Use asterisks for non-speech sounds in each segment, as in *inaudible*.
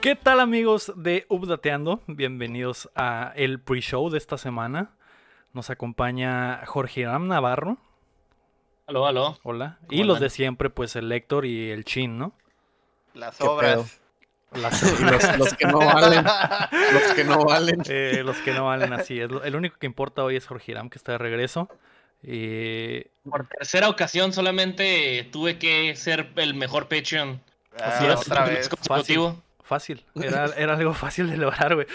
¿Qué tal amigos de Updateando? Bienvenidos a el pre-show de esta semana. Nos acompaña Jorge Ram Navarro. Aló, aló. Hola. Y ¿Cómo los andan? de siempre, pues el Héctor y el Chin, ¿no? Las ¿Qué obras. *laughs* Ah, Las- *laughs* Y Los, los que no valen, los que no valen. *laughs* eh, los que no valen así. es lo- El único que importa hoy es Jorge Ram, que está de regreso. Eh, Por tercera ocasión solamente tuve que ser el mejor Patreon. Ah, Así es. otra vez. consecutivo. fácil. Era, era algo fácil de lograr, güey.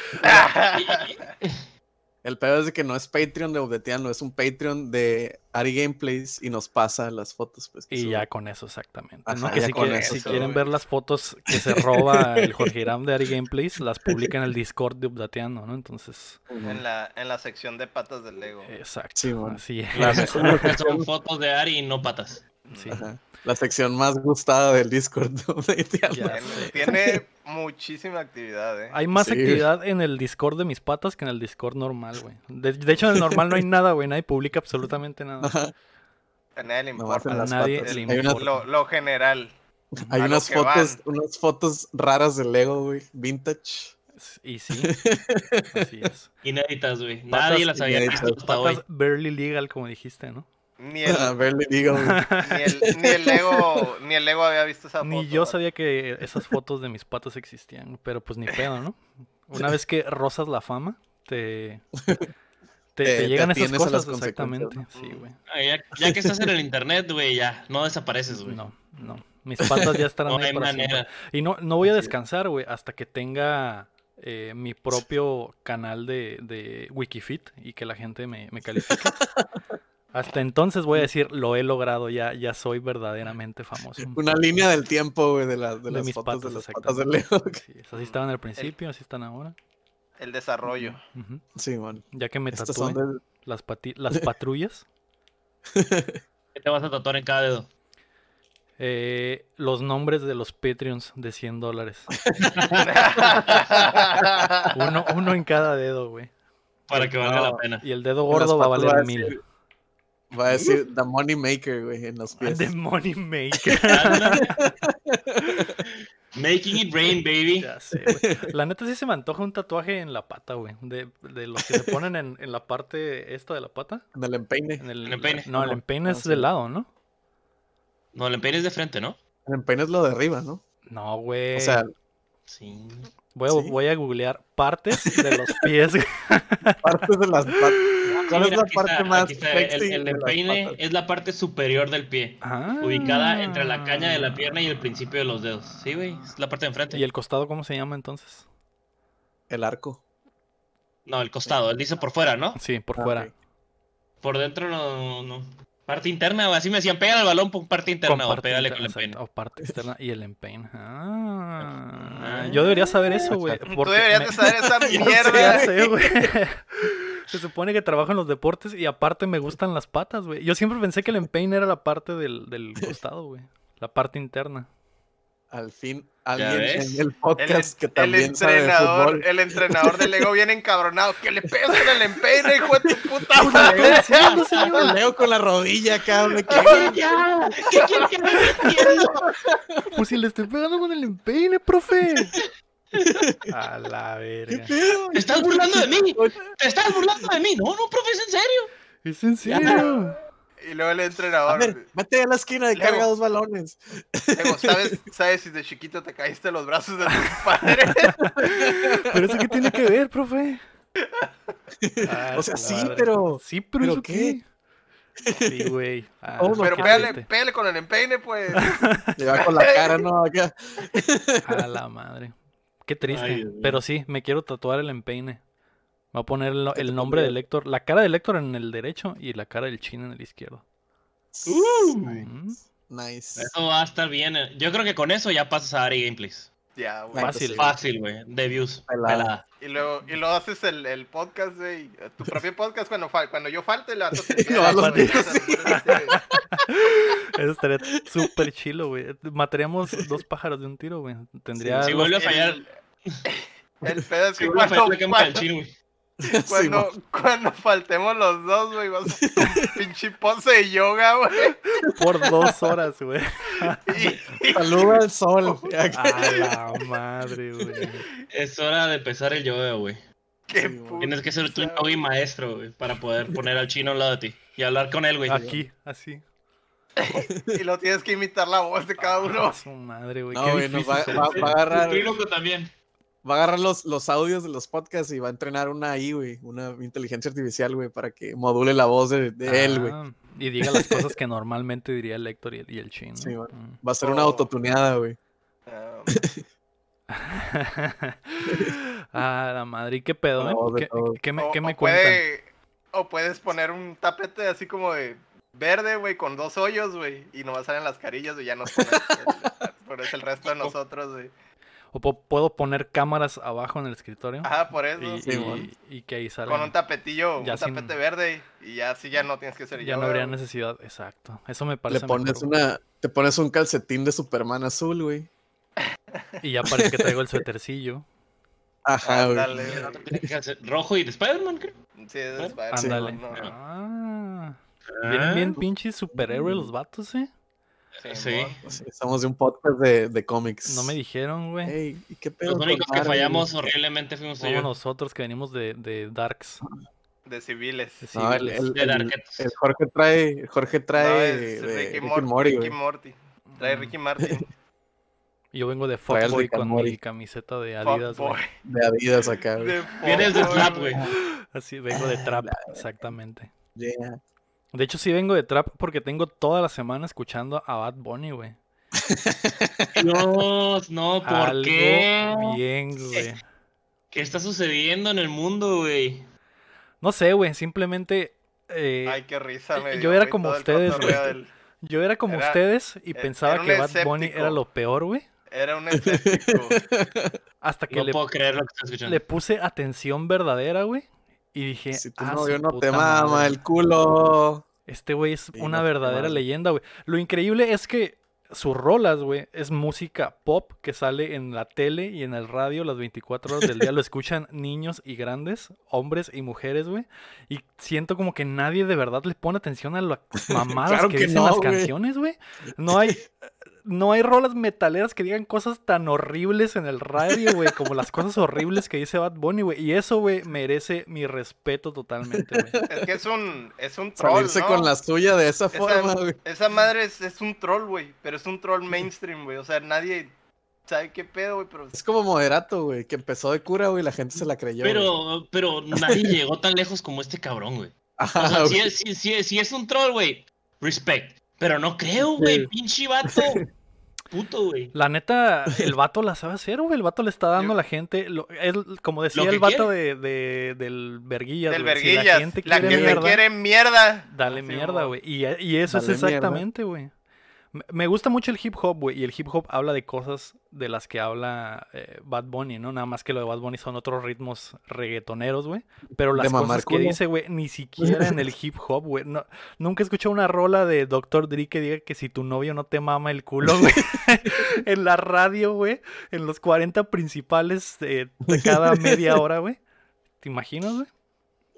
El peor es de que no es Patreon de Obdetiano, es un Patreon de Ari Gameplays y nos pasa las fotos. Pues, que Y sube. ya con eso, exactamente. Ajá, ¿no? Que ya si, con quieren, eso, si sí, quieren güey. ver las fotos que se roba *laughs* el Jorge Ram de Ari Gameplays, las publica en el Discord de Updateando, ¿no? Entonces, En la, en la sección de patas del Lego. exacto. Sí, mon. así es. La, sección, Son fotos de Ari y no patas. *laughs* Sí. ajá, la sección más gustada del Discord de Obdetiano. Ya. Tiene, tiene muchísima actividad, ¿eh? Hay más Sí. actividad en el Discord de mis patas que en el Discord normal, güey. De, de hecho, en el normal no hay nada, güey. Nadie publica absolutamente *laughs* nada. Ajá, A nadie le nomás importa. en A las nadie patas. le Hay, unas, importa. Lo, lo general. hay A lo unas que fotos, van. unas fotos raras de Lego, güey, vintage. Y sí. Así es. Inéditas, güey. Patas Nadie las había inéditas, visto *laughs* hasta hoy. Patas barely legal, como dijiste, ¿no? Ni el, A ver, le *laughs* digo, güey. ni el, ni el *laughs* Lego, ni el Lego había visto esa foto. Ni yo ¿no? sabía que esas fotos de mis patas existían, pero pues ni pedo, ¿no? Una vez que rozas la fama, te, te, te Te- te llegan esas atienes a cosas, las consecuencias, exactamente. ¿no? Sí, güey. Ah, Ya, ya que estás en el internet, güey, ya. No desapareces, güey. No, no. Mis patas ya estarán No ahí hay para siempre. manera. Y no, no voy a Así es. descansar, güey, hasta que tenga eh, mi propio canal de, de Wikifit y que la gente me, me *laughs* califique. Hasta entonces voy a decir, lo he logrado, ya, ya soy verdaderamente famoso. Una línea del tiempo, güey, de, la- de De las mis fotos patas, de las patas de exactamente. Lego. *laughs* Sí, así estaban al principio, así están ahora. *laughs* El desarrollo. Ujú. Sí, man. Ya que me Estas tatué son del- las, pati- las patrullas, ¿Qué te vas a tatuar en cada dedo? eh, los nombres de los Patreons de 100 dólares. Uno, uno en cada dedo, güey. Para que valga No. la *laughs* pena. Y el dedo En las gordo va a patas valer decir- mil. Va a decir The Money Maker, güey, en los *laughs* pies. The Money Maker. Ándale. Making it rain, baby. Ya sé, güey. La neta sí se me antoja un tatuaje en la pata, güey. De, de los que se ponen en, en la parte esta de la pata. En el empeine. En el, El empeine. No, el Ajá. empeine Ah, es sí. de lado, ¿no? No, el empeine es de frente, ¿no? El empeine es lo de arriba, ¿no? No, güey. O sea, Sí. voy, a- ¿sí? voy a googlear partes de los pies. *laughs* güey. partes *laughs* de las patas. ¿Cuál Ah, es Mira, la aquí parte está, más aquí está. sexy? El, el de las empeine patas? es la parte superior del pie. Ah. Ubicada entre Mm. la caña de la pierna y el principio de los dedos. Sí, güey. Es la parte de enfrente. ¿Y el costado cómo se llama entonces? El arco. No, el costado. Él dice por fuera, ¿no? Sí, por Ah, fuera. ok. Por dentro no. no. Parte interna, güey. Así me decían, pégale al balón por parte interna o parte pégale con el interna, empeine. exacto, O parte externa y el empeine. Ah, Ah. yo debería saber eso, güey. Tú porque deberías me- de *laughs* saber esa Ya Ya mierda. sé, güey. *laughs* Se supone que trabajo en los deportes y aparte me gustan las patas, güey. Yo siempre pensé que el empeine era la parte del, del costado, güey. La parte *laughs* interna. Al fin, alguien ves? en el El, podcast que el también sabe de entrenador, fútbol. *laughs* el entrenador de Lego viene encabronado. Que le pegas en el empeine, hijo de tu Ah, puta madre. El Leo con la rodilla, *laughs* cabrón. que- ¿Qué quieres que me entiendo? *laughs* Pues si le estoy pegando con el empeine, *laughs* profe. A la ¿Qué verga. pedo? ¿Te estás burlando de *laughs* mí? ¿Te estás burlando de mí? No, no, profe, es en serio. Es en *laughs* serio. Y luego el A entrenador. ver, vete a la esquina y Leo. carga dos balones. Lego, ¿sabes, ¿sabes si de chiquito te caíste en los brazos de tus *laughs* padres? Pero eso qué tiene que ver, profe. A O sea, la sí, madre. pero- Sí, pero, ¿pero eso qué. Sí, güey. Ah, Todo lo Pero qué pégale, triste. pégale con el empeine, pues. Le va con la cara, *laughs* ¿no? Acá. A la madre. Qué triste. Ay, Dios mío. Pero sí, me quiero tatuar el empeine. Voy a poner el, ¿Qué el te nombre del pondrías? Héctor, la cara del Héctor en el derecho y la cara del chin en el izquierdo. Uh. Mm. Nice. Eso va a estar bien. eh. Yo creo que con eso ya pasas a Ari Gameplays. Ya, güey. Nice. Fácil. Fácil, güey. De views. Pelada. Pelada. Y luego, y luego haces el, el podcast, güey. Tu propio podcast cuando, fal- cuando yo falte, levantas el pie, Lo güey, levantas o sea, *laughs* pones, eh, Eso estaría súper chilo, güey. Mataríamos dos pájaros de un tiro, güey. Tendría. Si los- vuelve a fallar, El, el pedo es si que vuelve a cuando, fallar la cámara del cuando, chin, güey. *laughs* Cuando, cuando faltemos los dos, güey, vas a hacer un pinche pose de yoga, güey. Por dos horas, güey. Y- Saluda *laughs* al sol. Ya que- A la madre, güey. Es hora de empezar el yoga, güey. qué güey. puta Tienes que ser tu madre. yogi maestro, güey, para poder poner al chino al lado de ti y hablar con él, güey. Aquí, así. Y lo tienes que imitar la voz de cada uno. A su madre, güey. No, qué güey, nos va, difícil va- es, va güey. a agarrar, Tu loco también. va a agarrar los, los audios de los podcasts y va a entrenar una ahí, güey. Una inteligencia artificial, güey, para que module la voz de, de él, güey. Ah, Y diga las cosas que normalmente diría el Héctor y el, y el Chin. ¿no? Sí, güey. Mm. Va a ser una Oh. autotuneada, güey. Ah, *laughs* ah, la madre. ¿Y qué pedo, eh? No, de ¿Qué, todo. qué me, o- qué me o cuentan? puede- o puedes poner un tapete así como de verde, güey, con dos hoyos, güey. Y nomás salen las carillas, güey, ya nos pones *laughs* el- Por eso el resto de nosotros, güey. ¿O po- puedo poner cámaras abajo en el escritorio? Ajá, por eso. y, sí, y- mon. y que ahí salgan. Con un tapetillo, Ya un sin- tapete verde. Y ya así ya no tienes que hacer ya no yoga, habría güey. necesidad. Exacto. Eso me Le parece pones mejor, una, te pones un calcetín de Superman azul, güey. güey. Y ya parece que traigo el *laughs* suétercillo. Ajá, Ah, güey. Ándale. Mira, no tiene que hacer Rojo y de Spider-Man, creo. Sí, es Spider-Man, Ándale. no, no. Ah, Vienen bien pues, pinches superhéroes mm. los vatos, ¿eh? Sí. Simón. Sí, Estamos de un podcast de, de cómics. No me dijeron, güey. Ey, ¿y qué pedo Los con únicos que Marvel? fallamos horriblemente fuimos tú y Somos yo. nosotros que venimos de, de Darks. De civiles. de Ah, No, el, civiles. el- De el- Darketos. el Jorge trae, Jorge No, trae es de Ricky Rick and Morty, Morty, Ricky güey. Morty. Trae Mm. Ricky Martin. Yo vengo de Trae el Fuckboy Rick and con Morty. mi camiseta de Adidas, güey. Fuckboy. de Adidas acá, güey. De Vienes de fuckboy, Snap, güey. Así, vengo de *laughs* Trap, exactamente. Yeah. De hecho, sí vengo de Trap porque tengo toda la semana escuchando a Bad Bunny, güey. Dios, no, ¿por Algo qué? Bien, güey. ¿Qué está sucediendo en el mundo, güey? No sé, güey, simplemente... eh, Ay, qué risa, me Yo dio, era güey, como todo el ustedes, cotorreo güey. del- yo era como era- e-, ustedes y era pensaba un que Bad Bunny era escéptico. lo peor, güey. Era un escéptico. *laughs* Hasta que No le, puedo creer lo que estoy escuchando. le puse atención verdadera, güey. Y dije, Si tu "Ah, novio su no te puta mama madre". el culo. Este güey es Sí, una no, verdadera madre. leyenda, güey. Lo increíble es que sus rolas, güey, es música pop que sale en la tele y en el radio las 24 horas del día. *laughs* Lo escuchan niños y grandes, hombres y mujeres, güey. Y siento como que nadie de verdad le pone atención a *laughs* las mamadas Claro que, que dicen no, las güey. canciones, güey. No hay... No hay rolas metaleras que digan cosas tan horribles en el radio, güey, como las cosas horribles que dice Bad Bunny, güey. Y eso, güey, merece mi respeto totalmente, güey. es que es un, es un troll, Salirse ¿no? con la suya de esa forma, Esa, güey. esa madre es, es un troll, güey. Pero es un troll mainstream, güey. O sea, nadie sabe qué pedo, güey. Pero Es como moderato, güey, que empezó de cura, güey, y la gente se la creyó. güey. Pero, pero nadie llegó tan lejos como este cabrón, güey. Ajá, O Ah, sea, si güey. es, si- si es- si es un troll, güey. Respect. Pero no creo, güey. Sí. *laughs* Pinche vato. Puto, güey. La neta, el vato la sabe hacer, güey. El vato le está dando Yo- a la gente. Lo, él, como decía que el vato de, de- del Verguillas. del güey, si verguillas. la gente quiere mierda, mierda. Dale Sí, mierda, mo. güey. Y, eh, y eso Ah, Dale es mierda. exactamente, güey. Me- Me gusta mucho el hip hop, güey. Y el hip hop habla de cosas de las que habla eh, Bad Bunny, ¿no? Nada más que lo de Bad Bunny son otros ritmos reggaetoneros, güey. Pero las mamar cosas que culo. dice, güey, ni siquiera en el hip hop, güey. No, nunca he escuchado una rola de Dr. Dre que diga que si tu novio no te mama el culo, güey. *laughs* en la radio, güey. En los 40 principales eh, de cada media hora, güey. ¿Te imaginas, güey?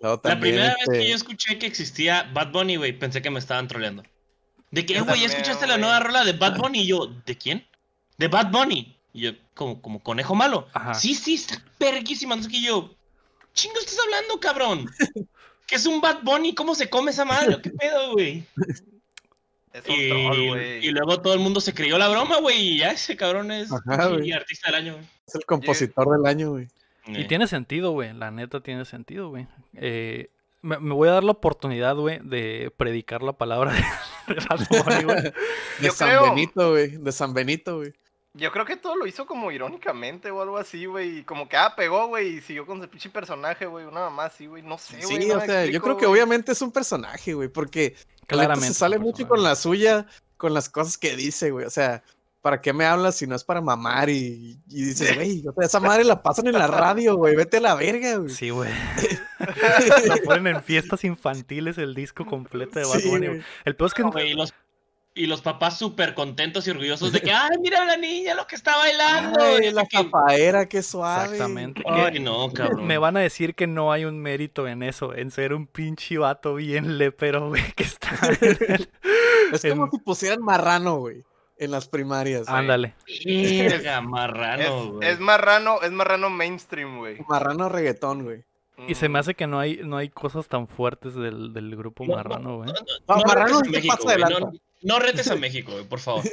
Luego La también, primera vez este, que yo escuché que existía Bad Bunny, güey, pensé que me estaban troleando. De que, Yo "Eh, güey, ¿ya también, escuchaste la güey. nueva rola de *laughs* Bad Bunny? Y yo, ¿de quién? De Bad Bunny. Y yo, como, como conejo malo. Ajá. Sí, sí, está perguísima. No sé qué yo. Chingo, estás hablando, cabrón. ¿Qué es un Bad Bunny? ¿Cómo se come esa madre? ¿Qué pedo, güey? Es un Y, troll, y güey. luego todo el mundo se creyó la broma, güey. Y ya ese cabrón es Ajá, pinche güey. artista del año, güey. es el compositor del año, güey. Y Eh. tiene sentido, güey. La neta tiene sentido, güey. Eh, me, me voy a dar la oportunidad, güey, de predicar la palabra de, *laughs* de Bad Bunny, güey. De Yo San creo- Benito, güey. De San Benito, güey. Yo creo que todo lo hizo como irónicamente o algo así, güey. y Como que, ah, pegó, güey. Y siguió con ese pinche personaje, güey. Una mamá así, güey. No sé, Sí, güey. no o me sea, yo explico, creo que güey. obviamente es un personaje, güey, porque la neta Claramente. se sale es un mucho con personaje. la suya, con las cosas que dice, güey. O sea, ¿para qué me hablas si no es para mamar? Y, y dices, güey, o sea, esa madre la pasan en la radio, güey. Vete a la verga, güey. Sí, *laughs* güey. Lo ponen en fiestas infantiles el disco completo de Bad Sí, Bunny, güey. güey. El peor es que No, güey, los, Y los papás súper contentos y orgullosos de que, ay, mira la niña lo que está bailando. Ay, Y la que- capaera, qué suave. Exactamente. Ay, no, cabrón. Me van a decir que no hay un mérito en eso, en ser un pinche vato bien lepero, güey, que *laughs* está. en el- Es como en- si pusieran marrano, güey, en las primarias. güey. Ándale. Verga, Es, marrano, güey. es marrano, es marrano mainstream, güey. Marrano reggaetón, güey. Y se me Mm. hace que no hay, no hay cosas tan fuertes del, del grupo No, no, marrano, güey. No, retes a Marrano sí te México, pasa de güey, lanza. no- no retes a México, güey, por favor.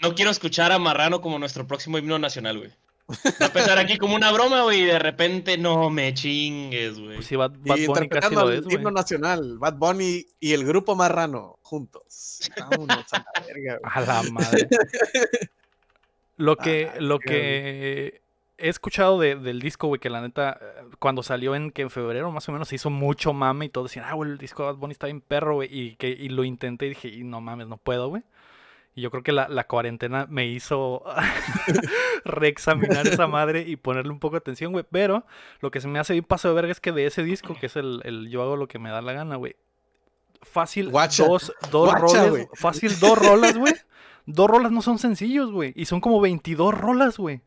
No quiero escuchar a Marrano como nuestro próximo himno nacional, güey. Va a empezar aquí como una broma, güey, y de repente no me chingues, güey. Pues sí, Bad, Y Bad Bunny casi interpretando lo el es, güey. himno nacional, Bad Bunny y el grupo marrano juntos. Vámonos a la verga, güey. A la *laughs* madre. Lo que, Ah, lo qué que he escuchado de- del disco, güey, que la neta, eh, cuando salió en que en febrero más o menos se hizo mucho mame y todo decían, ah, güey, el disco de Bad Bunny está bien perro, güey. Y que y lo intenté y dije, "Y no mames, no puedo, güey. Y yo creo que la, la cuarentena me hizo *laughs* reexaminar esa madre y ponerle un poco de atención, güey. Pero lo que se me hace bien paso de verga es que de ese disco, que es el, el Yo hago lo que me da la gana, güey. Fácil, Guacha. dos, dos Guacha, roles, güey. fácil, dos rolas, güey. Dos rolas no son sencillos, güey. Y son como 22 rolas, güey.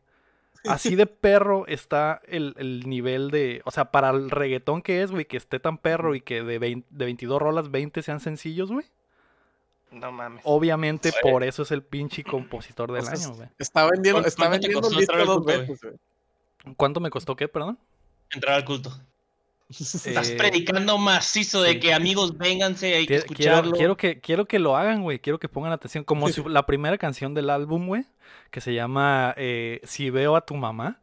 Así de perro está el, el nivel de. O sea, para el reggaetón que es, güey, que esté tan perro y que de, 20 de 22 rolas, 20 sean sencillos, güey. No mames. Obviamente, por eso es el pinche compositor del O sea, año, güey. Está vendiendo, ¿Cuánto- está cuánto te vendiendo el costó disco entrar al dos culto, güey? veces, güey. ¿Cuánto me costó qué, perdón? Entrar al culto. Estás Eh, predicando macizo de sí. que amigos vénganse, hay que Quie- Quiero, escucharlo. quiero, que, quiero que lo hagan, güey. Quiero que pongan atención. Como si- la primera canción del álbum, güey, que se llama eh, Si veo a tu mamá.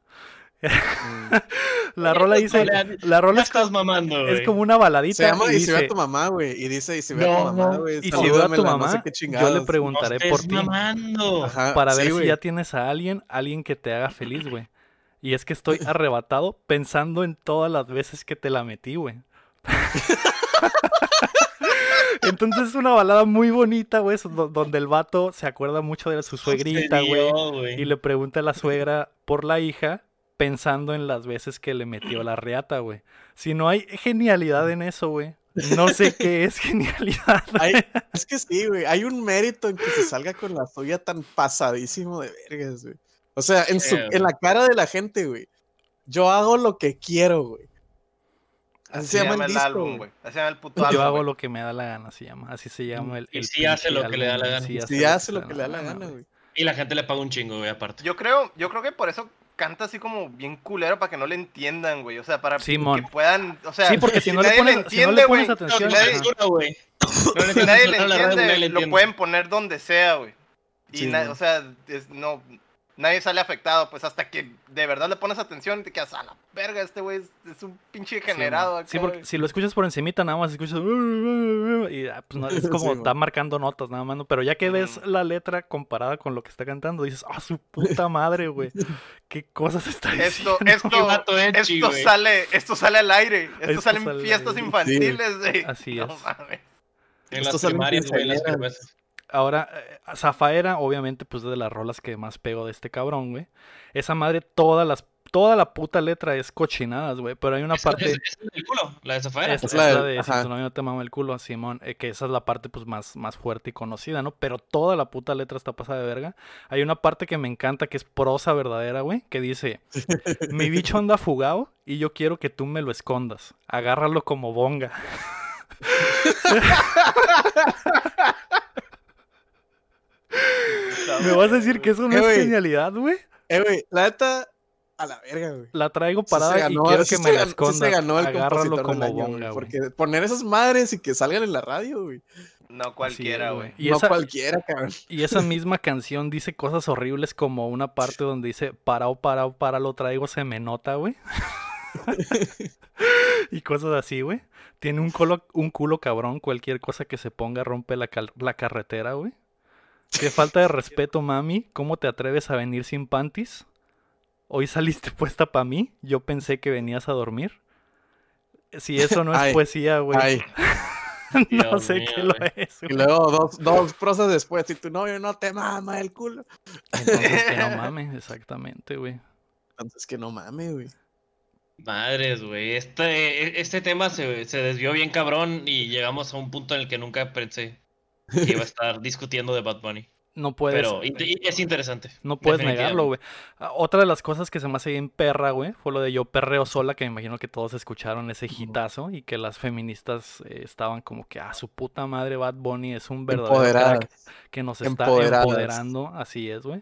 la rola dice. La No rola es, estás mamando, güey. es como una baladita. Se llama y Y si ve Mm. dice, a tu mamá, güey. Y dice, y si ve a No, tu mamá, no. güey. "Y si veo a tu salúdamela, no sé mamá, qué yo le chingados". No preguntaré estés por ti. mamando. Ajá, Para sí, ver si güey. ya tienes a alguien, alguien que te haga feliz, güey. Y es que *laughs* estoy arrebatado pensando en todas las veces que te la metí, *laughs* güey. Entonces es una balada muy bonita, güey, so- do- donde el vato se acuerda mucho de su suegrita, Se güey, dio, y le pregunta a la suegra por la hija, pensando en las veces que le metió la reata, güey. Si no hay genialidad en eso, güey, no sé qué es genialidad. *laughs* Hay- es que sí, güey. Hay un mérito en que se salga con la suya tan pasadísimo de vergas, güey. O sea, en, su, Sí, güey. en la cara de la gente, güey. Yo hago lo que quiero, güey. Así se llama el disco, álbum, güey. güey. Así se llama el puto álbum. Yo hago güey. lo que me da la gana, se llama. Así se llama el. Mm, Y el sí hace pinche lo que le da la álbum, gana. Si hace lo que le da la gana, Ah, güey. Y la gente le paga un chingo, güey, aparte. Yo creo, yo creo que por eso canta así como bien culero para que no le entiendan, güey. O sea, para Simón. que puedan, o sea, Sí, porque si no le nadie pones, si no le entiende, pones güey, No, atención. nadie- ajá. censura, *laughs* güey. No le si nadie le censuran la radio, entiende, nadie le lo entiende. pueden poner donde sea, güey. Y Sí, na- güey. o sea, es- no nadie sale afectado, pues hasta que de verdad le pones atención y te quedas a la verga, este güey es, es un pinche Sí, generado man. Sí, porque *laughs* si lo escuchas por encimita, nada más escuchas. uh, Y ah, pues, no, es *laughs* Sí, como man. está marcando notas, nada más. ¿no? Pero ya que ves Ujú. la letra comparada con lo que está cantando, dices, ¡ah, su puta madre, *laughs* güey! ¿Qué cosas está diciendo? Esto, esto, Qué vato edgy, esto güey. sale, esto sale al aire, esto, Esto sale en sale al fiestas aire. infantiles, güey. Así No es. mames. En Esto las sale en primarias, güey, en las quinceañeras. cervezas. *laughs* Ahora, eh, Zafaera, obviamente, pues de las rolas que más pego de este cabrón, güey. Esa madre, todas las, toda la puta letra es cochinadas, güey. Pero hay una Esa- parte. esa- esa es el culo, la de Zafaera. Es, Es es la pues, la, del- de si ajá. tu novio no te mama el culo, Simón, eh, que esa es la parte pues más, más fuerte y conocida, ¿no? Pero toda la puta letra está pasada de verga. Hay una parte que me encanta que es prosa verdadera, güey, que dice, mi bicho anda fugado y yo quiero que tú me lo escondas. Agárralo como bonga. ¿Me vas a decir que eso no Eh, es güey. genialidad, güey? Eh, güey, la neta, a la verga, güey. La traigo Sí parada se y ganó- quiero sí que se me la gan- sí se escondas. ganó el Agárralo compositor del como año, güey, bonga, güey. Porque poner esas madres y que salgan en la radio, güey. No Así es, cualquiera, güey. Y no esa, cualquiera, cabrón. Y esa misma canción dice cosas horribles como una parte donde dice parao, parao, para lo traigo, se me nota, güey. *laughs* y cosas así, güey. Tiene un, colo- un culo cabrón, cualquier cosa que se ponga rompe la, cal- la carretera, güey. Qué falta de respeto, mami. ¿Cómo te atreves a venir sin panties? Hoy saliste *laughs* puesta para mí. Yo pensé que venías a dormir. Si eso no es Ay, poesía, güey. Ay, *laughs* no Dios sé mío, qué lo güey. es, y güey. luego dos, dos prosas después, si tu novio no te mama el culo. Entonces que no mames, exactamente, güey. Entonces que no mames, güey. Madres, güey. e, Este, este tema se, se desvió bien cabrón y llegamos a un punto en el que nunca pensé. que iba a estar *laughs* discutiendo de Bad Bunny. No puedes, Pero y- y es interesante. no puedes negarlo, güey. Ah, Otra de las cosas que se me hace bien perra, güey, fue lo de Yo Perreo Sola, que me imagino que todos escucharon ese hitazo y que las feministas eh, estaban como que, ah, su puta madre, Bad Bunny es un verdadero Empoderadas. crack que nos está Empoderadas. empoderando, así es, güey.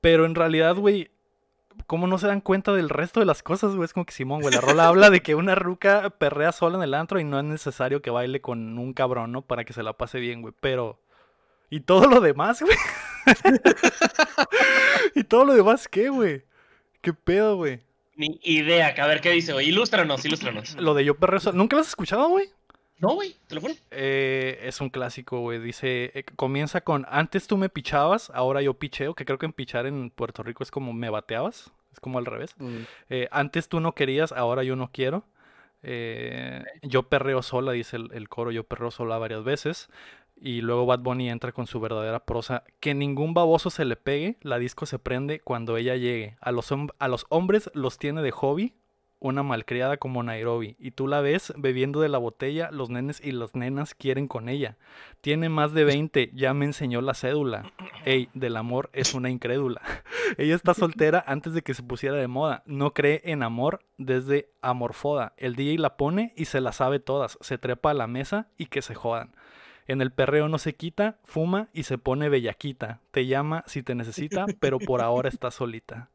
Pero en realidad, güey, ¿cómo no se dan cuenta del resto de las cosas, güey? Es como que Simón, güey, la rola habla de que una ruca perrea sola en el antro y no es necesario que baile con un cabrón, ¿no? Para que se la pase bien, güey, pero... ¿Y todo lo demás, güey? *laughs* ¿Y todo lo demás qué, güey? ¿Qué pedo, güey? Ni idea, que a ver qué dice, güey. Ilústranos, ilústranos. Lo de Yo Perreo Sola, ¿nunca lo has escuchado, güey? No, güey, te lo juro. Eh, es un clásico, güey. Dice, eh, comienza con, antes tú me pichabas, ahora yo picheo, que creo que en pichar en Puerto Rico es como me bateabas, es como al revés. Mm. Eh, antes tú no querías, ahora yo no quiero. Eh, yo perreo sola, dice el, el coro, yo perreo sola varias veces. Y luego Bad Bunny entra con su verdadera prosa. Que ningún baboso se le pegue, la disco se prende cuando ella llegue. A los, hom- a los hombres los tiene de hobby una malcriada como Nairobi. Y tú la ves bebiendo de la botella, los nenes y las nenas quieren con ella. Tiene más de 20, ya me enseñó la cédula. Ey, del amor es una incrédula. *laughs* Ella está soltera antes de que se pusiera de moda. No cree en amor desde Amorfoda. El DJ la pone y se la sabe todas. Se trepa a la mesa y que se jodan. En el perreo no se quita, fuma y se pone bellaquita. Te llama si te necesita, pero por ahora está solita.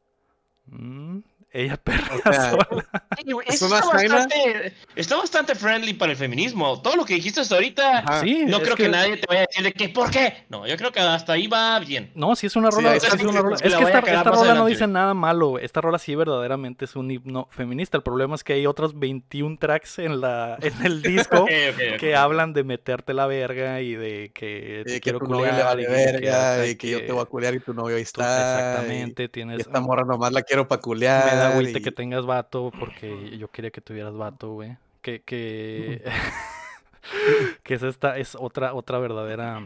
Mm, ella perrea O *laughs* sea, sola. Ay, güey, ¿Es eso una está, vaina? bastante, está bastante friendly para el feminismo. Todo lo que dijiste hasta ahorita, Ajá. Sí, no es creo que... nadie te vaya a decir de qué, por qué. No, yo creo que hasta ahí va bien. No, sí es una Sí, rola. ahí es está, que es una sí, rola- sí, sí, es la que voy a esta, cagar esta más rola no adelante, dice nada malo. güey. Esta rola sí verdaderamente es un himno feminista. El problema es que hay otros 21 tracks en, la, en el disco Ok, ok, ok. que hablan de meterte la verga y de que Y te que quiero tu novio le culear vale y que- verga, que- y que yo te voy a culear y tu novio ahí tú- está. Exactamente, Y, tienes... y esta mm, morra nomás la quiero pa' Me culear. da agüite que y- tengas vato porque yo quería que tuvieras vato, güey. Que... Que, *laughs* que es esta, es otra, otra verdadera...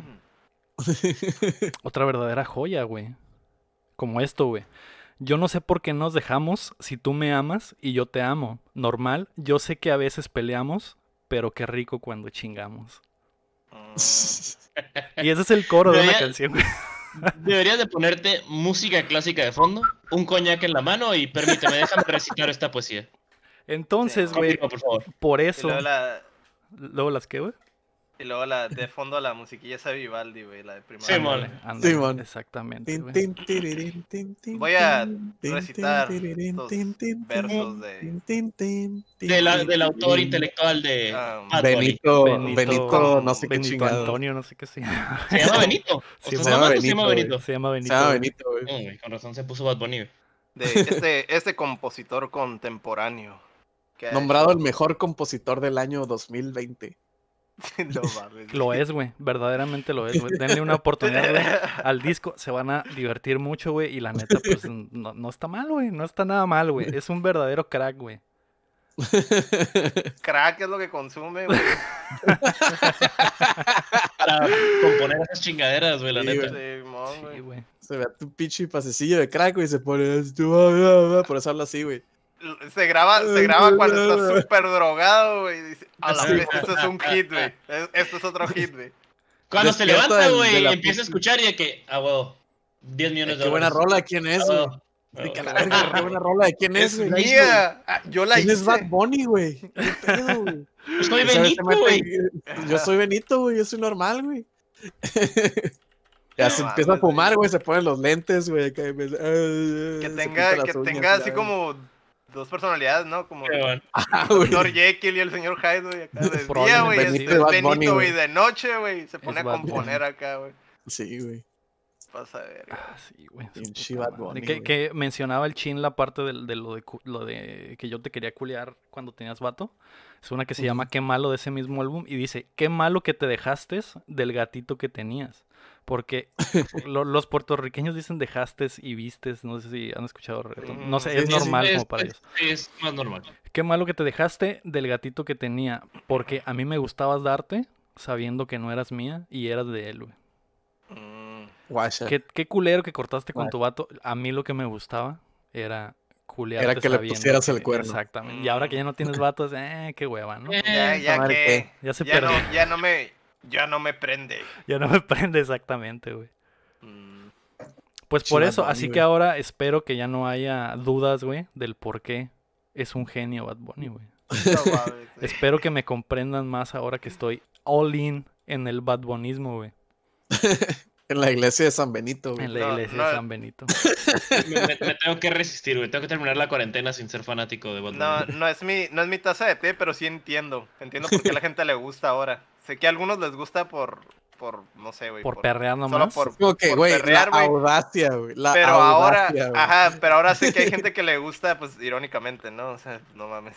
Otra verdadera joya, güey. Como esto, güey. Yo no sé por qué nos dejamos si tú me amas y yo te amo. Normal, yo sé que a veces peleamos, pero qué rico cuando chingamos. Mm, Y ese es el coro de una Debería- canción. Deberías de ponerte música clásica de fondo, un coñac en la mano y *laughs* permíteme, déjame recitar esta poesía. Entonces, Sí. güey, Continúa, por favor. por Y eso. luego la, Luego las que, güey. y luego la de fondo la musiquilla esa de Vivaldi, güey, la de primaria. Sí, mon. Ándale, ándale, mon. Exactamente, *laughs* Tin, güey. tin, tirirín, tin, tin, Voy a tin, tin, recitar tirirín, estos tin, tin, versos tin, de- tin, tin, tin, tin, De la- del autor tin. intelectual de Ah, Bad Bunny. Benito, Benito, no sé qué Benito chingado. Antonio, no sé qué se llama. ¿Se llama Benito? ¿O *laughs* Sí, estás se llama mamando o se llama Benito, Benito? Se llama Se Benito. llama güey. Benito, güey. Eh. Mm, güey, con razón se puso Bad Bunny. güey. de este, este compositor contemporáneo. que ha Nombrado el mejor compositor del año 2020. hecho- *laughs* No mames. Lo *laughs* es, güey. Verdaderamente lo es, güey. Denle una oportunidad, güey, al disco. Se van a divertir mucho, güey. Y la neta, pues no, no está mal, güey. No está nada mal, güey. Es un verdadero crack, güey. Crack es lo que consume, güey. Para componer esas chingaderas, güey, la Sí, neta. güey. Simón, Sí, güey. güey. Se ve tu pinche pasecillo de crack, güey, y se pone. así, "Ah, ah, ah", Por eso habla así, güey. Se graba, se graba cuando está súper drogado, güey. y Dice, a la Sí. vez, esto es un hit, güey. Es- Esto es otro hit, güey. Cuando se Despierta levanta, del- de güey, la empieza a escuchar y de que, ah, huevo, 10 millones de Eh, Qué buena dólares. rola, ¿quién es, Ah, güey? huevo, De huevo. que a la verga, qué buena rola, ¿de *laughs* quién es, Es güey? mía. Ah, Yo la ¿Quién es Bad hice. Bunny, güey? ¿Qué pedo, güey? *laughs* *laughs* Soy O sea, Benito, se güey. mete- Yo soy Benito, güey, yo soy normal, güey. *laughs* Ya No se empieza a mames, güey. fumar, güey, se ponen los lentes, güey. acá, y me- Que se pinta tenga, las que uñas, tenga la así verga. como dos personalidades, ¿no? Como Qué bueno. Ah, el güey. doctor Jekyll y el señor Hyde, güey. Acá de día, güey. Probablemente este sí. es Bad Bunny, Benito, güey. güey. De noche, güey. Se pone a Bad Bunny. componer acá, güey. Sí, güey. Vas a ver. Ah, sí, güey. su Pinche puta Bad madre. Bunny, Que, güey. que mencionaba el chin la parte del- de, lo, de, cu- lo de que yo te quería culear cuando tenías vato. Es una que se llama Qué malo de ese mismo álbum y dice, qué malo que te dejaste del gatito que tenías. Porque *laughs* lo- los puertorriqueños dicen dejaste y vistes, no sé si han escuchado el reggaetón. No Mm, sé, sí, es sí, sí, normal es, como para es- ellos. es más normal. Qué malo que te dejaste del gatito que tenía, porque a mí me gustabas darte sabiendo que no eras mía y eras de él, güey. Mm. Guacha. Qué, qué culero que cortaste con Eh. Vale. tu vato. A mí lo que me gustaba era culearte Era que le sabiendo pusieras el que- cuerno. *laughs* Exactamente. Y ahora que ya no tienes vato, es, eh, qué hueva, ¿no? Eh, Ya, ya madre, que. Ya se Ya perdió. no, ya no me. Ya no me prende. *laughs* Ya no me prende exactamente, güey. Mm, Pues por Chimamanda, eso, así güey. que ahora espero que ya no haya dudas, güey, del por qué es un genio Bad Bunny, güey. no mames, güey. Espero que me comprendan más ahora que estoy all in en el Bad Bunnismo, güey. En la iglesia de San Benito, güey. En la No, iglesia no. de San Benito. Me, me- me tengo que resistir, güey. Tengo que terminar la cuarentena sin ser fanático de Batman. No, no es mi, no es mi taza de té, pero sí entiendo. Entiendo por qué a la gente le gusta ahora. Sé que a algunos les gusta por, por no sé, güey. Por perrear Solo nomás. por, Como que, por güey, la perrear, güey. audacia, güey. La Pero ahora, audacia, güey. ajá, pero ahora sé que hay gente que le gusta, pues irónicamente, ¿no? O sea, no mames.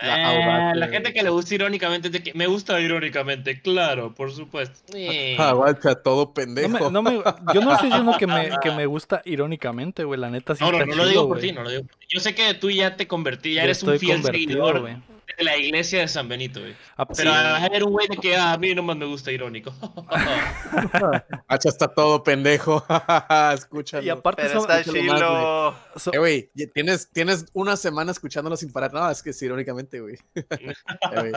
La Eh, audacia, la güey. gente que le gusta irónicamente es de que me gusta irónicamente, claro, por supuesto. Eh. *laughs* Ah, guacha, todo No pendejo. me- no me- yo no estoy diciendo que *laughs* me, que me gusta irónicamente, güey. La neta sí no, no, está no chido, lo digo por güey. ti, no lo digo por ti. Yo sé que tú ya te convertí, ya Yo eres un estoy fiel convertido, seguidor güey. de la iglesia de San Benito, güey. Ah, Pero sí. ah, era un güey de que ah, a mí nomás me gusta *laughs* irónico. *laughs* Guacha, está todo pendejo. *laughs* Escúchalo. Y aparte Pero son, está escúchalo más, chilo. son- Eh, güey, ya tienes, tienes una semana escuchándolo sin parar. No, es que sí, irónicamente, güey. *laughs* Eh, güey.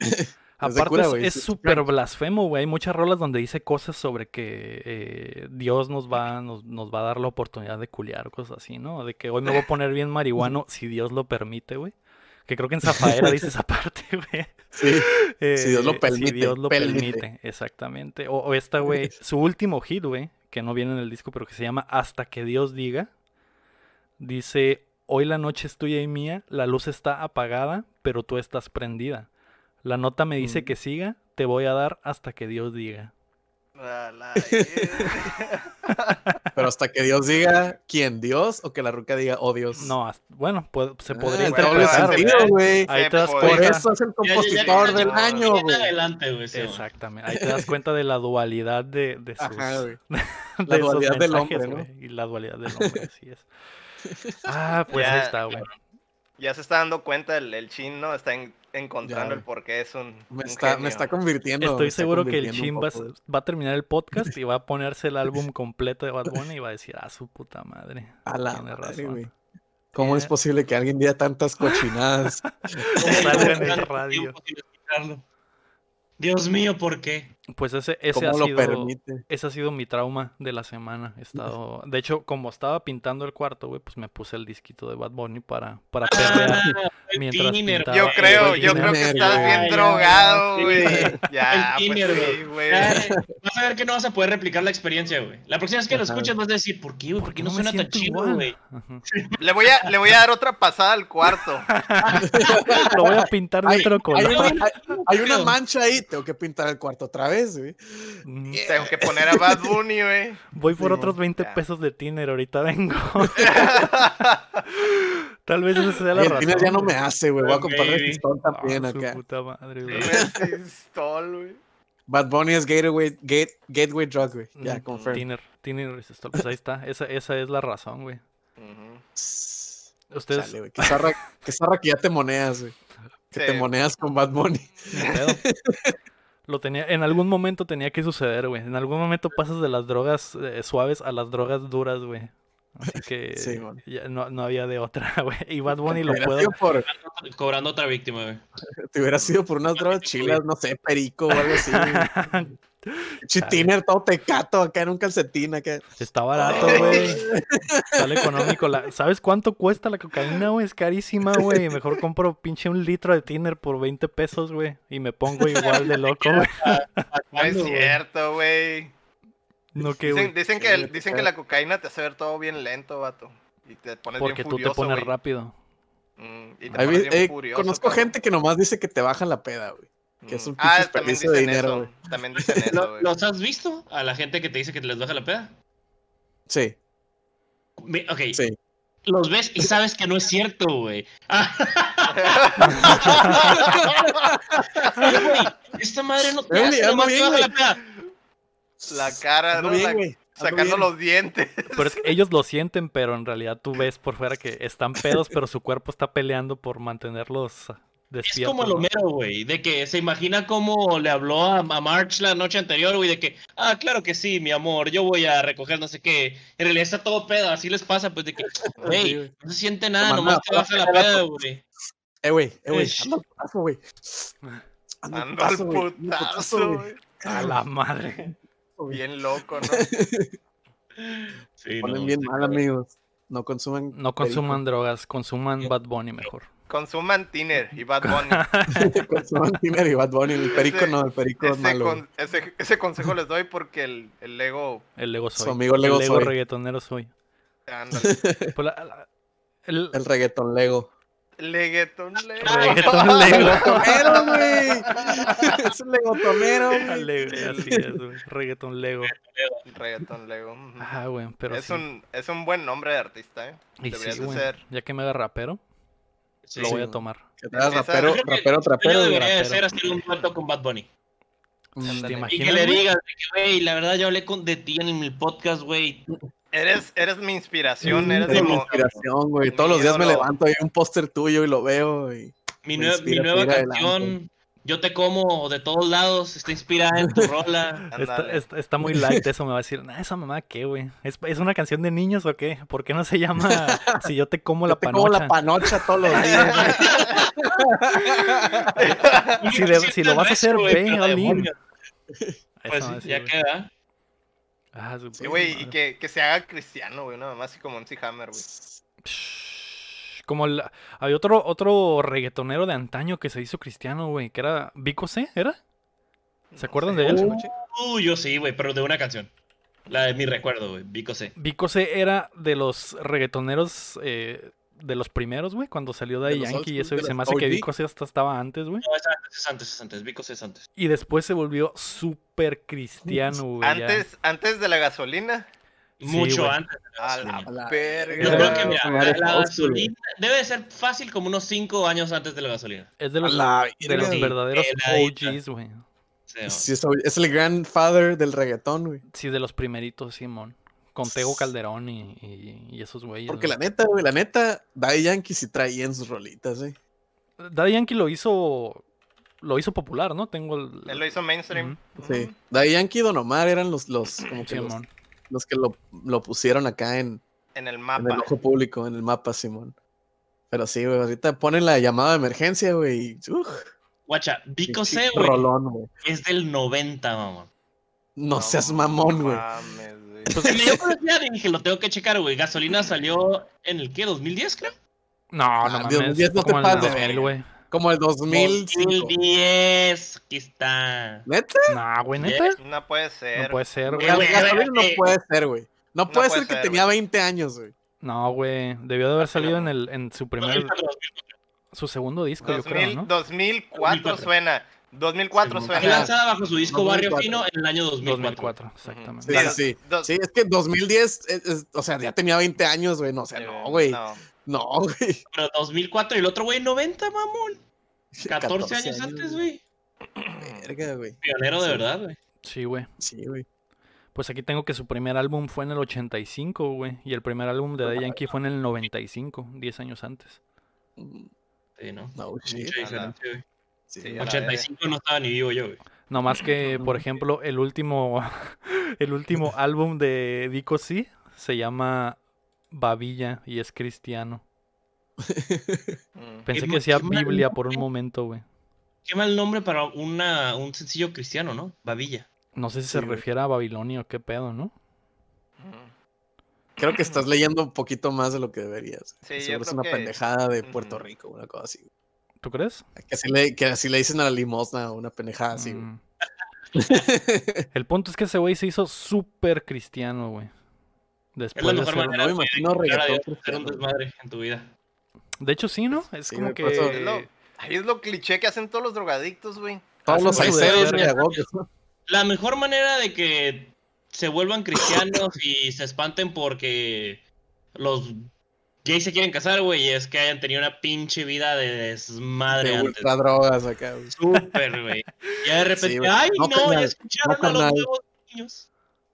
Es de aparte cura, es- güey, es es- súper blasfemo, güey. Hay muchas rolas donde dice cosas sobre que eh, Dios nos va, nos, nos va a dar la oportunidad de culiar, cosas así, ¿no? De que hoy me voy a poner bien *laughs* marihuano si Dios lo permite, güey. Que creo que en Zafaera dice esa parte, güey. Sí. Eh, Si Dios lo Si permite, Dios lo permite. permite, exactamente. O, o esta, *laughs* güey, su último hit, güey, que no viene en el disco, pero que se llama Hasta que Dios diga. Dice, hoy la noche es tuya y mía, la luz está apagada, pero tú estás prendida. La nota me dice Mm. que siga, te voy a dar hasta que Dios diga. A la verga. Pero hasta que Dios diga quién, Dios, o que la ruca diga, oh Dios. No, haz- bueno, pues, se Ah, podría doble interpretar. güey. sentido, güey. Ahí Se te das podría. Por cuenta. eso es el Ya, ya, ya, compositor ya, del ya, ya, año, Bien güey. adelante, güey. sí, güey. Exactamente. Ahí te das cuenta de la dualidad de, de sus, Ajá, güey. *laughs* de La esos dualidad del mensajes, hombre, ¿no? güey, Y la dualidad del hombre, así es. Ah, pues ahí Ya, está, *laughs* güey. *laughs* Ya se está dando cuenta el, el chin, ¿no? Está en- encontrando Ya, el por qué es un. Me un está, me genio. está convirtiendo. me Estoy está seguro que el Chin convirtiendo va, un a- poco, güey. va a terminar el podcast y va a ponerse *laughs* el álbum completo de Bad Bunny y va a decir, ah, su puta madre. A la Tiene madre, razón. güey. ¿Cómo es Tiene- posible que alguien diga *laughs* tantas cochinadas? Como salga en el Tanto radio. tiempo sin escucharlo. Dios mío, ¿por qué? Pues ese, ese ha ¿Cómo lo sido... permite? Ese ha sido mi trauma de la semana. He estado... De hecho, como estaba pintando el cuarto, güey, pues me puse el disquito de Bad Bunny para, para perrear. Ah, el Mientras tiner, pintaba. Yo Ah, creo, güey, yo creo que tiner, estás güey. bien Ay, ya, drogado, sí. güey. Ya, El pues tiner, sí, güey. Ay, Vas a ver que no vas a poder replicar la experiencia, güey. La próxima vez que lo Ajá. escuches vas a decir, ¿por qué, güey? ¿Por qué no, me suena tan siento chido, igual? güey? Ajá. Le voy a, le voy a dar otra pasada al *laughs* cuarto. Lo voy a pintar de Ay, otro Hay color. una, hay- hay una Creo. mancha ahí, tengo que pintar el cuarto otra vez, güey. Mm, Tengo que poner a Bad Bunny, güey. Voy por Sí, otros 20 ya. pesos de Tiner, ahorita vengo. Tal vez esa sea la Y el razón. Tiner ya no me güey. hace, güey. Voy a comprar el Baby. pistón Ah, también su acá. puta madre, güey. Resistol, güey. Bad Bunny es Gateway, gate, gateway Drug, güey. Ya, Mm, confirm. Tiner, Tiner Resistol. Pues ahí está. Esa, esa es la razón, güey. Ujú. Ustedes, Chale, güey. Qué zarra, qué zarra que ya te moneas, güey. Que Sí. te moneas con Bad Bunny. ni *laughs* pedo. Lo tenía, en algún momento tenía que suceder, güey. En algún momento pasas de las drogas eh, suaves a las drogas duras, güey. Así que Sí, mon. ya no, no había de otra, *laughs* güey. Y Bad Bunny lo Hubiera puedo. sido por- Cobrando otra víctima, güey. te hubiera sido por unas drogas chilas, no sé, perico o algo así. güey. Pinche Chale. Tiner todo tecato acá en un calcetín acá. Está barato, güey. Sale económico. La- ¿Sabes cuánto cuesta la cocaína, güey? Es carísima, güey. Mejor compro pinche un litro de tiner por 20 pesos, güey. Y me pongo igual de loco, güey. No es cierto, güey. No que, Dicen, güey. dicen Sí, que, el- te dicen queda- que la cocaína te hace ver todo bien lento, vato. Y te pones Porque bien tú te furioso, pones güey. rápido. Mm, y te Ahí pones vi- bien eh, furioso, conozco cabrón. gente que nomás dice que te bajan la peda, güey. que es Mm. un Ah, pinche también desperdicio de dicen dinero, eso, güey. También *laughs* dicen eso, ¿Lo- güey. ¿Los has visto? A la gente que te dice que te les baja la peda. Sí, Me- Ok, sí. los ves y sabes que no es cierto, *laughs* güey. Ah, güey, Esta madre no te Ey, hace, ando nomás te bien, baja la güey. peda. La cara, Ando ¿no? bien, La- güey, ando sacando bien. los dientes. Pero es que ellos lo sienten, pero en realidad tú ves por fuera que están pedos, pero su cuerpo está peleando por mantenerlos Es despiertos. como el ¿no? Homero, güey, de que se imagina cómo le habló a, a March la noche anterior, güey, de que, ah, claro que sí, mi amor, yo voy a recoger no sé qué. En realidad está todo pedo, así les pasa, pues de que, Sí, güey, güey. no se siente nada, Tomando nomás la te baja la peda, peda, güey. Eh, güey, eh, güey. Ish. hazlo, hazlo, güey. Ando Ando al güey, ando putazo, güey. güey. A la madre. Bien loco, ¿no? Sí, Ponen no, bien está mal, cabrón. amigos. No consuman. No consuman drogas, consuman Bad Bunny mejor. Consuman Tiner y Bad *laughs* Bunny. consuman Tinder y Bad Bunny. El perico Ese- no, el perico es Ese, malo. güey. con- ese, ese consejo les doy porque el, el Lego. El Lego Su soy. amigo El Lego, Lego soy. reggaetonero soy. *laughs* Ándale. Pues la- la- el- El reggaetón Lego. Leguetón Lego. Reggaetón Lego. *laughs* *laughs* ¡Legotonero, güey! es un legotonero, el güey. Lego, así es, güey. Reggaeton Lego. Reggaetón Lego. ujú. Ah, güey, pero es, sí. un, es un buen nombre de artista, ¿eh? Y deberías sí, de güey. ser. Ya que me haga rapero, Sí, lo sí. voy a güey. tomar. Que te hagas Esa- rapero, Yo creo que rapero, Yo trapero. debería de rapero. ser hacer un trato con Bad Bunny. güey. ¿Te Y imaginas? que le güey? digas, de que, güey, la verdad yo hablé con, de ti en el podcast, güey. Eres, eres mi inspiración, eres Eres mi como. inspiración, güey. mi Todos los días me ídolo. levanto y hay un póster tuyo y lo veo. Y... Mi, nue- mi Me inspira a nueva seguir canción, adelante. yo te como de todos lados, está inspirada en tu rola. Está, Ándale. está- está muy light eso, me va a decir, nah, esa mamá qué, güey. ¿Es, es una canción de niños o qué? ¿Por qué no se llama Si yo te como Yo la te como panocha? la panocha *laughs* todos los días. güey. *laughs* Si de- si lo vas a hacer, Güey, ve, pero Olin. demonios. Eso Pues me va a sí, decir, ya güey. queda. Ah, su Sí, puta güey, y madre. que, que se haga cristiano, güey, nada más así como un Hammer, güey. Psh, Como el- había otro, otro reggaetonero de antaño que se hizo cristiano, güey, que era Vico C, ¿era? ¿Se acuerdan de él? Uy, Uh, yo sí, güey, pero de una canción. La de mi recuerdo, güey, Vico C. Vico C era de los reggaetoneros eh, de los primeros, güey, cuando salió de, De los old Yankee y school, eso, de y se los me hace que OG. Vico C hasta estaba antes, güey. No, es antes, es antes, es antes, Vico C es antes. Y después se volvió súper cristiano, güey. ya. Antes, antes de la gasolina. Sí, Mucho güey. antes. de A gasolina. la, A la- verga. Yo creo que mira, Ah, la, la old school, güey. gasolina debe ser fácil como unos 5 años antes de la gasolina. Es de A los, la de los verga. verdaderos Peladita. OGs, güey. Sí, ¿no? Sí, es, es el grandfather del reggaetón, güey. Sí, de los primeritos, Simón. Con Tego Calderón y, y- y esos güeyes. Porque güey. la neta, güey, la neta, Daddy Yankee sí traía en sus rolitas, güey. Daddy Yankee lo hizo. Lo hizo popular, ¿no? Tengo el. Él lo hizo mainstream. Sí. Ujú. Daddy Yankee y Don Omar eran los, los, como que los, Simón. los que lo, lo pusieron acá en, En el en el mapa. ojo público, en el mapa, Simón. Pero sí, güey, ahorita ponen la llamada de emergencia, güey. y, Uf, Guacha, Vico pinche C, güey, rolón, güey. es del 90, mamón. No, seas mamón, güey. mames, güey. Pues, Se me dio curiosidad y dije, lo tengo que checar, güey. Gasolina salió en el qué, 2010, creo. No, Ah, no Dios, mames. Dios, no te como en el pases de 2000, verga. güey. Como el 2005. 2010, aquí está. ¿Neta? Nah, güey, neta. No puede ser. No puede ser, El güey. Güey, güey, gasolina no eh. puede ser, güey. No puede ser puede que ser, tenía 20 años, güey. No, güey. Debió de haber salido en, el, en su primer. 2004, Su segundo disco, yo 2000, creo, ¿no? 2004 2004. suena. 2004 Sí, Fue Ajá. suena. lanzada bajo su disco 2004. Barrio Fino en el año 2004. 2004, Sí, exactamente. Claro. sí, Dos- Sí, es que 2010, es- eh, es- o sea, ya tenía 20 años, güey. No, o sea, Sí, no, güey. no. No, *clears throat* güey. Pero 2004 y el otro, güey, 90, mamón. 14, 14 años, años, antes, güey. güey. Verga, güey. Pionero de Sí. verdad, güey. Sí, güey. Sí, güey. Pues aquí tengo que su primer álbum fue en el 85, güey. Y el primer álbum de Daddy Yankee fue en el 95, 10 años antes. Mm, Sí, ¿no? No, shit. Mucha diferencia, güey. Sí, Sí, güey. a la 85 no estaba ni vivo yo, güey. No más que, *clears throat* por ejemplo, el último, *laughs* el *laughs* último álbum de Vico C se llama Babilla y es cristiano. Mm. Pensé Qué que ma- decía qué mal Biblia por un nombre. momento, güey. Qué mal nombre para una, un sencillo cristiano, ¿no? Babilla. No sé si Sí, se güey. refiere a Babilonia o qué pedo, ¿no? Mm. Creo que estás leyendo un poquito más de lo que deberías. Sí, yo Seguro es creo una que- pendejada de Puerto Ujú. Rico, una cosa así. ¿Tú crees? Que así le, que así le dicen a la limosna, una pendejada así. Ah, güey. Mm. El punto es que ese güey se hizo súper cristiano, güey. Es Después la de mejor ser- hacerlo, manera *laughs* no me güey, de imagino encontrar a reggaetón Dios, de hacer un cristiano. desmadre en tu vida. De hecho, sí, ¿no? Es Sí, como güey, que... por eso- Es lo- ahí es lo cliché que hacen todos los drogadictos, güey. Todos Hacen los su aiseros, deber, güey, a güey. huevo que son- La mejor manera de que se vuelvan cristianos y se espanten porque los gays se quieren casar, güey, es que hayan tenido una pinche vida de desmadre de antes. ultra drogas acá. güey. Súper, güey. Ya de repente, Sí, güey. ay, No, no, carnal, ya escucharon no, a los carnal. nuevos niños.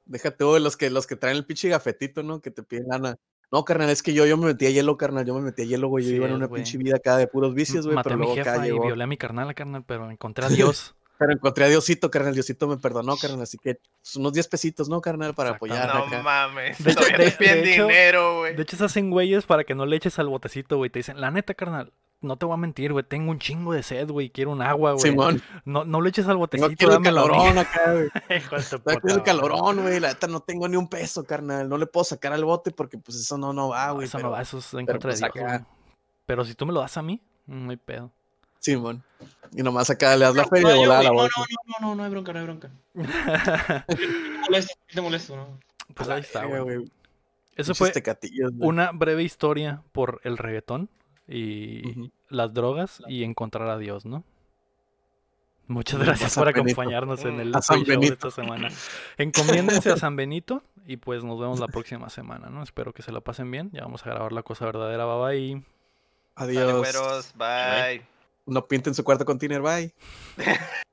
Déjate, güey, los que, los que traen el pinche gafetito, ¿no? Que te piden lana. No, carnal, es que yo, yo me metí a hielo, carnal. Yo me metí a hielo, güey. Yo Sí iba en es, una güey. pinche vida acá de puros vicios, güey. Maté Pero a mi luego acá jefa y llegó. violé a mi carnal, carnal, pero encontré a *laughs* Dios. Pero encontré a Diosito, carnal. Diosito me perdonó, carnal. Así que pues, unos 10 pesitos, ¿no, carnal? Para apoyar No acá. mames. De hecho- todavía de- te piden de hecho- dinero, güey. De hecho, se hacen güeyes para que no le eches al botecito, güey. Te dicen, la neta, carnal, no te voy a mentir, güey, tengo un chingo de sed, güey, quiero un agua, güey. Simón, No, no lo eches al no botecito, quiero el dámelo a mí. *laughs* *laughs* calorón acá, güey. Hijo de tu No quiero el puta calorón, güey. La neta no tengo ni un peso, carnal. No le puedo sacar al bote porque, pues, eso no, no va, No, güey. eso pero- no va, Ah, eso es en pero contra de pues Dios, acá. güey. Pero si tú me lo das a mí, no hay pedo. *laughs* Simón. Y nomás acá le das la feria No, y yo, volada a la güey, bolsa. no, no, no, no, no hay bronca, no hay bronca. No te molesto, no te molesto, no. Pues A la ahí está, verga, güey. güey. este Eso Pinches fue tecatillos, güey. una breve historia por el reggaetón y Ujú. las drogas y encontrar a Dios, ¿no? Muchas Y Mm, a gracias San por Benito. acompañarnos en el A San Freeway Show de Benito. esta semana. Encomiéndense a San Benito y pues nos vemos la próxima semana, ¿no? Espero que se la pasen bien. Ya vamos a grabar la cosa verdadera, baba y Adiós. Sale, güeros, bye. No pinten su cuarto con Tiner, bye.